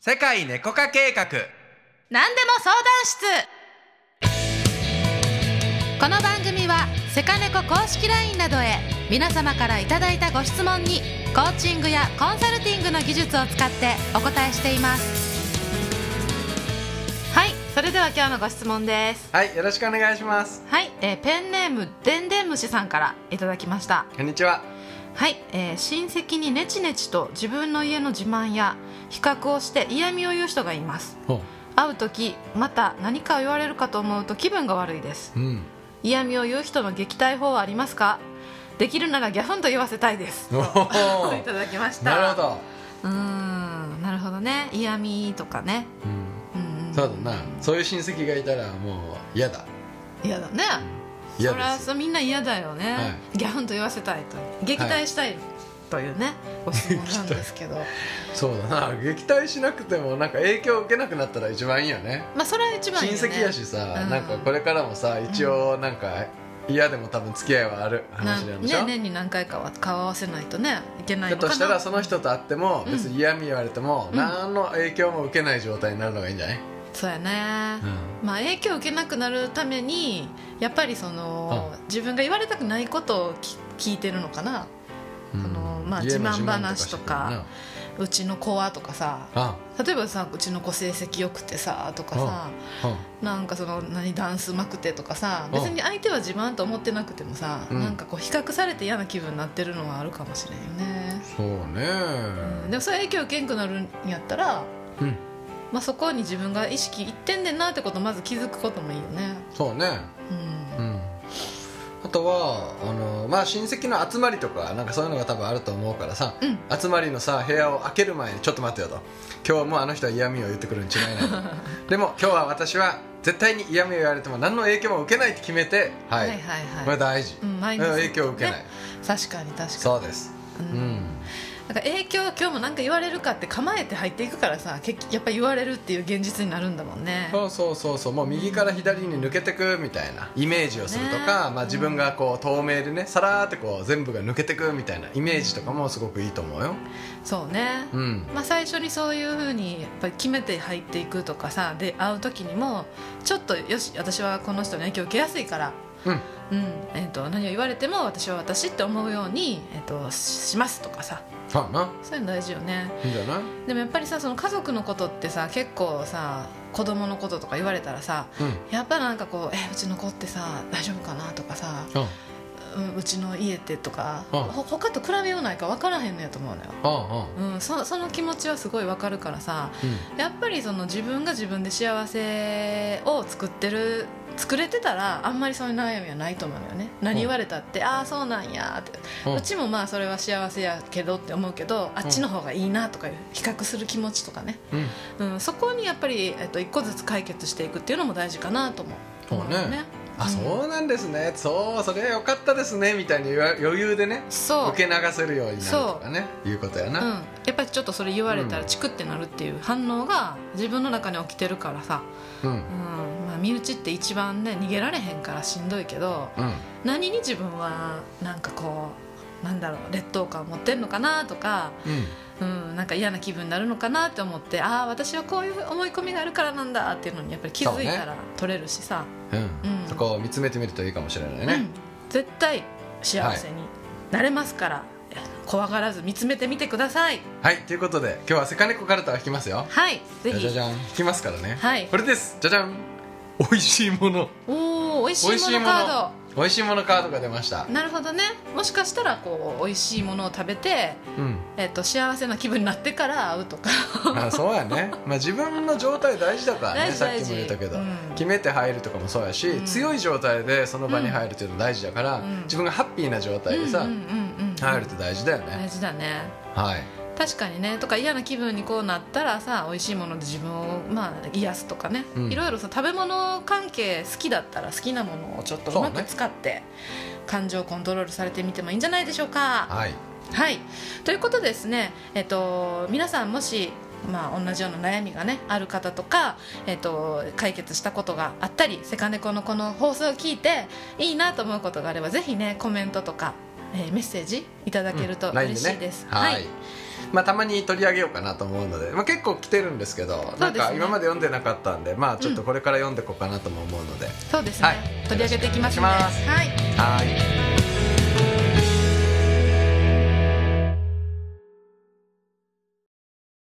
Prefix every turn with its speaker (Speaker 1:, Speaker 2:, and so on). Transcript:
Speaker 1: 世界猫化計画
Speaker 2: 何でも相談室この番組はセカネコ公式 LINE などへ皆様からいただいたご質問にコーチングやコンサルティングの技術を使ってお答えしていますはいそれでは今日のご質問です
Speaker 1: はいよろしくお願いします
Speaker 2: はい、えーペンネームでんでん虫さんからいただきました
Speaker 1: こんにちは
Speaker 2: はい、えー親戚にネチネチと自分の家の自慢や比較をして嫌味を言う人がいます
Speaker 1: ほ
Speaker 2: 会う時また何かを言われるかと思うと気分が悪いです
Speaker 1: ううん
Speaker 2: 嫌味を言う人の撃退法はありますかできるならギャフンと言わせたいです
Speaker 1: お
Speaker 2: いた
Speaker 1: ー
Speaker 2: だきました
Speaker 1: なるほど、
Speaker 2: うーんなるほどね嫌味とかね
Speaker 1: うん、
Speaker 2: うん
Speaker 1: そうだなそういう親戚がいたらもう嫌だ
Speaker 2: 嫌だね
Speaker 1: 嫌
Speaker 2: そりゃ
Speaker 1: です
Speaker 2: そうみんな嫌だよね、
Speaker 1: は
Speaker 2: ギャフンと言わせたいと撃退したいというね、ご質問なんです けど
Speaker 1: そうだな撃退しなくてもなんか影響を受けなくなったら一番いいよね
Speaker 2: まあそれは一番いいよね
Speaker 1: 親戚やしさ、
Speaker 2: うん
Speaker 1: なんかこれからもさ一応なんか嫌でも多分付き合いはある
Speaker 2: な
Speaker 1: 話なんでしょ、
Speaker 2: ね年に何回かは顔合わせないとねいけない
Speaker 1: だ
Speaker 2: の
Speaker 1: と
Speaker 2: かな
Speaker 1: したらその人と会っても
Speaker 2: うん
Speaker 1: 別に嫌味言われても
Speaker 2: うん
Speaker 1: 何の影響も受けない状態になるのがいいんじゃない、
Speaker 2: そうやね、まあ、影響を受けなくなるためにやっぱりその、自分が言われたくないことをき聞いてるのかな
Speaker 1: うん
Speaker 2: そのまあ
Speaker 1: 家の
Speaker 2: 自慢話とか
Speaker 1: 自慢
Speaker 2: うちの子はとかさ
Speaker 1: とか
Speaker 2: 例えばさうちの子成績良くてさとかさ、
Speaker 1: してなあ
Speaker 2: なんかその何ダンスうまくてとかさ別に相手は自慢と思ってなくてもさ、
Speaker 1: うん
Speaker 2: なんかこう比較されて嫌な気分になってるのはあるかもしれんよね、
Speaker 1: そうね
Speaker 2: うんでもそれ影響受けんくなるんやったら、
Speaker 1: うん
Speaker 2: まあ、そこに自分が意識いってんねんなってことをまず気づくこともいいよね
Speaker 1: そうね
Speaker 2: うん
Speaker 1: うんあとはあのまあ親戚の集まりとかなんかそういうのが多分あると思うからさ、
Speaker 2: うん
Speaker 1: 集まりのさ部屋を開ける前にちょっと待ってよと今日もうあの人は嫌味を言ってくるに違いないでも今日は私は絶対に嫌味を言われても何の影響も受けないって決めては、
Speaker 2: はいいはいはい、
Speaker 1: これ大事、
Speaker 2: うん、毎
Speaker 1: う
Speaker 2: 日
Speaker 1: ん影響を受けない、
Speaker 2: ね確かに確かに
Speaker 1: そうです
Speaker 2: う
Speaker 1: うんん
Speaker 2: なんか影響今日もなんか言われるかって構えて入っていくからさ結局やっぱ言われるっていう現実になるんだもんね
Speaker 1: そうそうそうそうもう右から左に抜けてくみたいなイメージをするとか、
Speaker 2: ね
Speaker 1: まあ、自分がこう透明でねさらーってこう全部が抜けてくみたいなイメージとかもすごくいいと思うよ
Speaker 2: そうね、
Speaker 1: うん
Speaker 2: まあ、最初にそういうふうにやっぱり決めて入っていくとかさで会う時にもちょっとよし私はこの人に影響受けやすいから、
Speaker 1: うん
Speaker 2: うんえー、と何を言われても私は私って思うように、えー、とししますとかさ
Speaker 1: そうやな
Speaker 2: そういうの大事よね
Speaker 1: いいんじゃない
Speaker 2: でもやっぱりさその家族のことってさ結構さ子供のこととか言われたらさ
Speaker 1: うん
Speaker 2: やっぱなんかこう「えうちの子ってさ大丈夫かな?」とかさ
Speaker 1: あ
Speaker 2: 「うんうちの家って」とか
Speaker 1: うん
Speaker 2: ほ他と比べようないか分からへんのやと思うのよ、
Speaker 1: あああ
Speaker 2: うん、そその気持ちはすごい分かるからさ
Speaker 1: う
Speaker 2: やっぱりその自分が自分で幸せを作ってる作れてたらあんまりそういう悩みはないと思うのよね何言われたって、ああそうなんやって、
Speaker 1: う
Speaker 2: うんちもまあそれは幸せやけどって思うけどあっちの方がいいなとかいう比較する気持ちとかね、
Speaker 1: んうん
Speaker 2: うん、そこにやっぱり、えっと、一個ずつ解決していくっていうのも大事かなと思う
Speaker 1: そうねあそうなんですねそうそれは良かったですねみたいに言わ余裕でね
Speaker 2: そう
Speaker 1: 受け流せるようになるとかねいうことや
Speaker 2: うん、
Speaker 1: な、
Speaker 2: やっぱりちょっとそれ言われた
Speaker 1: う
Speaker 2: ら
Speaker 1: ん
Speaker 2: チクってなるっていう反応が自分の中に起きてるからさ、
Speaker 1: うん、う
Speaker 2: うん
Speaker 1: ん
Speaker 2: まあ、身内って一番ね逃げられへんからしんどいけど何に自分はなんかこうなんだろう劣等感を持ってんのかなとか、
Speaker 1: うん
Speaker 2: うん、なんか嫌な気分になるのかなって思ってああ私はこういう思い込みがあるからなんだっていうのにやっぱり気づいたら取れるしさ、
Speaker 1: うん
Speaker 2: うん
Speaker 1: そこを見つめてみるといいかもしれないね、
Speaker 2: うん、絶対幸せになれますから、怖がらず見つめてみてください
Speaker 1: はいということで今日はセカネコカルタを弾きますよ
Speaker 2: はいぜ
Speaker 1: じゃじゃ
Speaker 2: ひ
Speaker 1: じゃん弾きますからね
Speaker 2: はい
Speaker 1: これですじゃじゃん美味しいもの
Speaker 2: おお美味しいものカー
Speaker 1: 美味しいものカードが出ました
Speaker 2: ドなるほどねもしかしたらこう美味しいものを食べて、
Speaker 1: うん
Speaker 2: えっと幸せな気分になってから会うとか
Speaker 1: まあそうやね、まあ、自分の状態大事だからね
Speaker 2: 大事
Speaker 1: さっ
Speaker 2: 大
Speaker 1: き
Speaker 2: 事
Speaker 1: も言ったけど、
Speaker 2: うん
Speaker 1: 決めて入るとかもそうやし、
Speaker 2: うん
Speaker 1: 強い状態でその場に入るっていうの大事だから、
Speaker 2: うん
Speaker 1: 自分がハッピーな状態でさ、
Speaker 2: うんうんうんうん
Speaker 1: 入るって大事だよ
Speaker 2: 大
Speaker 1: ね、
Speaker 2: 事だね
Speaker 1: はい
Speaker 2: 確かにねとか嫌な気分にこうなったらさ美味しいもので自分をまあ癒すとかね、
Speaker 1: うん
Speaker 2: いろいろさ食べ物関係好きだったら好きなものをちょっとうま
Speaker 1: そう
Speaker 2: く
Speaker 1: ね
Speaker 2: 使って、感情をコントロールされてみてもいいんじゃないでしょうか。
Speaker 1: はい
Speaker 2: はい、ということでですね、えっと、皆さんもし、まあ、同じような悩みが、ね、ある方とか、えっと、解決したことがあったりセカネコのこの放送を聞いていいなと思うことがあればぜひねコメントとか。えーメッセージいただけると
Speaker 1: うん LINE
Speaker 2: 嬉しいです。
Speaker 1: ね、はい、まあ、たまに取り上げようかなと思うので、まあ、結構来てるんですけど
Speaker 2: すね
Speaker 1: なんか今まで読んでなかったんで、まあ、ちょっとこれから読んでいこうかなとも思うので、
Speaker 2: そうですね、
Speaker 1: はい
Speaker 2: 取り上げていきますね。
Speaker 1: よろしくお願いし
Speaker 2: はい
Speaker 1: はい